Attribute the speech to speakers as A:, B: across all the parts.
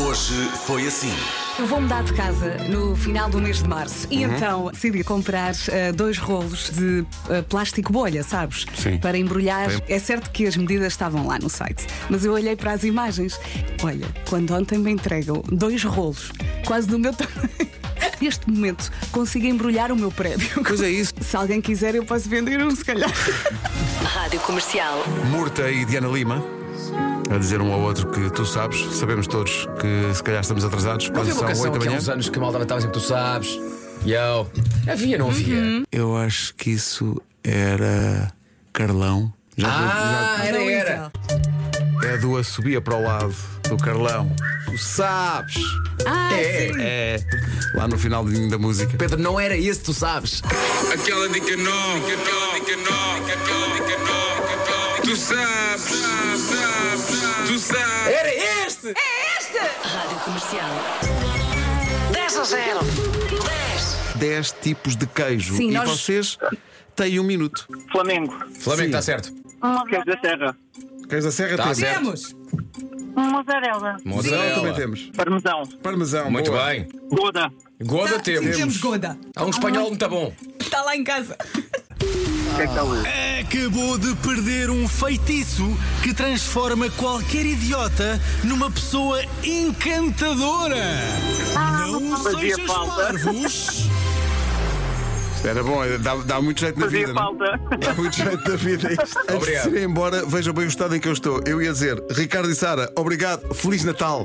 A: Hoje foi assim.
B: Eu vou mudar de casa no final do mês de março e
C: Uhum.
B: então decidi comprar ah, dois rolos de ah, plástico bolha, sabes?
C: Sim.
B: Para embrulhar. É certo que as medidas estavam lá no site, mas eu olhei para as imagens. Olha, quando ontem me entregam dois rolos, quase do meu tamanho. Neste momento consigo embrulhar o meu prédio.
C: Pois é isso.
B: Se alguém quiser, eu posso vender um, se calhar.
D: Rádio Comercial.
C: Murta e Diana Lima. A dizer um ao outro que tu sabes, sabemos todos que se calhar estamos atrasados.
E: Não
C: Quando
E: havia uma
C: são
E: canção
C: 8 da
E: aqui há
C: manhã.
E: uns anos que a malta estava sempre, tu sabes. E eu. Havia, não havia.
B: Uhum.
C: Eu acho que isso era Carlão. Já
E: Ah, era, era.
C: É do a subia para o lado do Carlão. Tu sabes.
B: Ah,
E: É.
B: sim.
C: É. Lá no final da música.
E: Pedro, não era esse, tu sabes.
F: Aquela dica não, aquela dica não, aquela dica não. Tu sabes, sabes, tu sabes.
E: Era este!
D: Rádio Comercial.
G: 10 a 0. 10.
C: 10 tipos de queijo.
B: Sim,
C: e
B: nós-
C: vocês têm um minuto.
H: Flamengo,
E: Flamengo, está certo.
H: queijo da terra,
I: Queijo da Serra
E: Está
I: temos.
E: certo.
B: Temos!
G: Mozzarella,
I: Também
E: Mozela.
I: temos.
H: parmesão,
I: Parmesão.
E: Muito
I: boa.
E: bem.
H: goda,
E: Goda
B: Tá, sim, temos
E: temos.
B: Goda.
E: Há um espanhol muito bom.
B: Está lá em casa.
J: Acabou de perder um feitiço que transforma qualquer idiota numa pessoa encantadora. Não
H: fazia
J: sejas
H: falta.
J: parvos.
C: Era bom, dá, dá muito jeito na
H: fazia
C: vida. né? não?
H: falta.
C: Há muito jeito da vida isto. Antes de
E: Obrigado.
C: se ir embora, vejam bem o estado em que eu estou. Eu ia dizer, Ricardo e Sara, obrigado, Feliz Natal.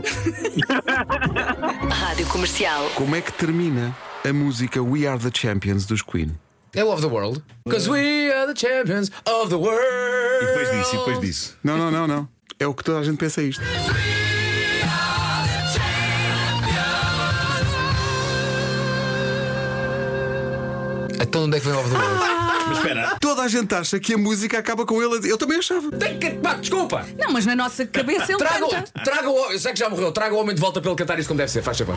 D: Rádio Comercial.
C: Como é que termina a música We Are the Champions dos Queen?
E: É o Of the World. Because we are the champions of the world. E
I: Depois disso, e depois disso.
C: Não, não, não, não. É o que toda a gente pensa isto.
E: Então onde é que vem o Of the World?
I: Mas espera,
C: Toda a gente acha que a música acaba com ele. a dizer- Eu também achava.
E: Tem que. Pá, desculpa!
B: Não, mas na nossa cabeça ele
E: Traga,
B: canta.
E: o- traga o. Eu sei que já morreu. Traga o homem de volta para ele cantar isso como deve ser, faz favor.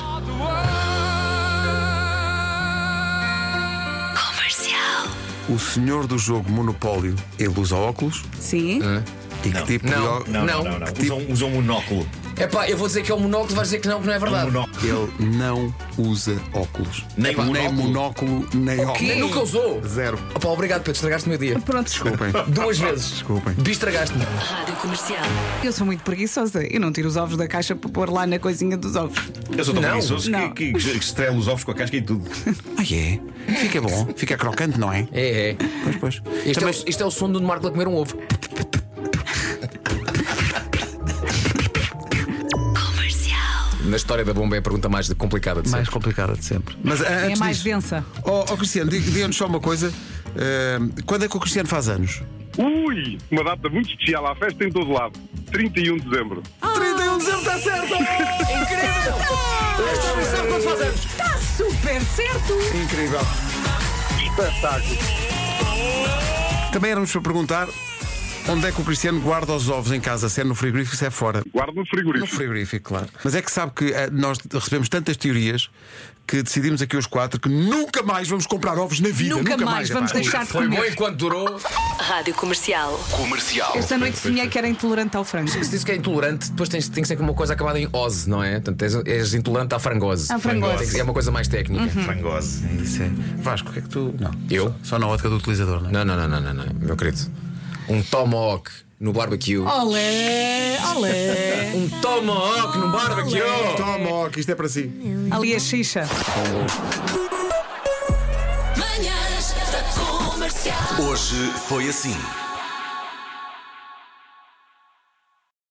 D: Comercial.
C: O senhor do jogo Monopólio, ele usa óculos
B: Sim.
C: e que tipo
E: Não.
C: de
I: não,
E: Não.
I: não,
E: Tipo-
I: não. não. Usam, usam um monóculo.
E: É pá, eu vou dizer que é um monóculo, vais dizer que não, que não é verdade.
C: óculos? Ele não usa óculos.
I: Nem
C: nem monóculo, nem
E: Nem
C: óculos.
E: nunca usou.
C: Zero.
E: Opa, obrigado, Pedro. Estragaste o meu dia.
B: Pronto, desculpa.
C: Desculpem.
E: Duas vezes.
C: Desculpem.
E: Bistragaste-me.
D: Rádio Comercial.
B: Eu sou muito preguiçosa. Eu não tiro os ovos da caixa para pôr lá na coisinha dos ovos.
I: Eu sou tão
E: Não,
I: preguiçoso
B: não.
I: que, que, que estrelo os ovos com a casca e tudo.
C: Ah, é? Fica bom, fica crocante, não é?
E: É, é.
C: Pois, pois.
E: Isto,
C: Também-
E: é o, isto é o som do Nuno Marco a comer um ovo.
D: Comercial.
E: Na história da bomba é a pergunta mais complicada de sempre.
C: mais complicada de sempre. Mas ah,
B: É
C: antes
B: mais
C: disso,
B: densa.
C: ó ó, Cristiano, diga- diga-nos só uma coisa. Ahm, quando é que o Cristiano faz anos?
K: Ui, uma data muito especial, há festa em todo lado. 31 de dezembro.
C: 31 de dezembro está certo!
B: Está super certo!
C: Incrível. Espetáculo. Também éramos para perguntar onde é que o Cristiano guarda os ovos em casa, se é no frigorífico, se é fora.
K: Guardo no
C: No
K: frigorífico.
C: frigorífico, claro. Mas é que sabe que eh, nós recebemos tantas teorias que decidimos aqui os quatro que nunca mais vamos comprar ovos na vida.
B: Nunca
C: Nunca,
B: mais
C: epá.
B: vamos deixar de
E: Foi bom
B: comer.
E: enquanto durou.
D: Rádio Comercial.
A: Comercial.
B: Esta noite sonhei que era intolerante ao frango.
E: Se diz que é intolerante, depois tens, tem que ser uma coisa acabada em ose, não é? Portanto, és, és intolerante à frangose.
B: À Uhum. frangose.
E: Tem que ser- É uma coisa mais técnica.
I: Frangose.
C: Isso é. Vasco, o que é que tu. Não.
E: Eu?
C: Só na ótica do utilizador, não é?
E: Não, não, não, não, não, não, meu querido. Um tomahawk no barbecue.
B: Olé! Olé!
E: Um tomahawk no barbecue!
C: Toma, ó, que isto é para si.
B: Ali a xixa.
D: Manhãs da Comercial.
A: Hoje foi assim.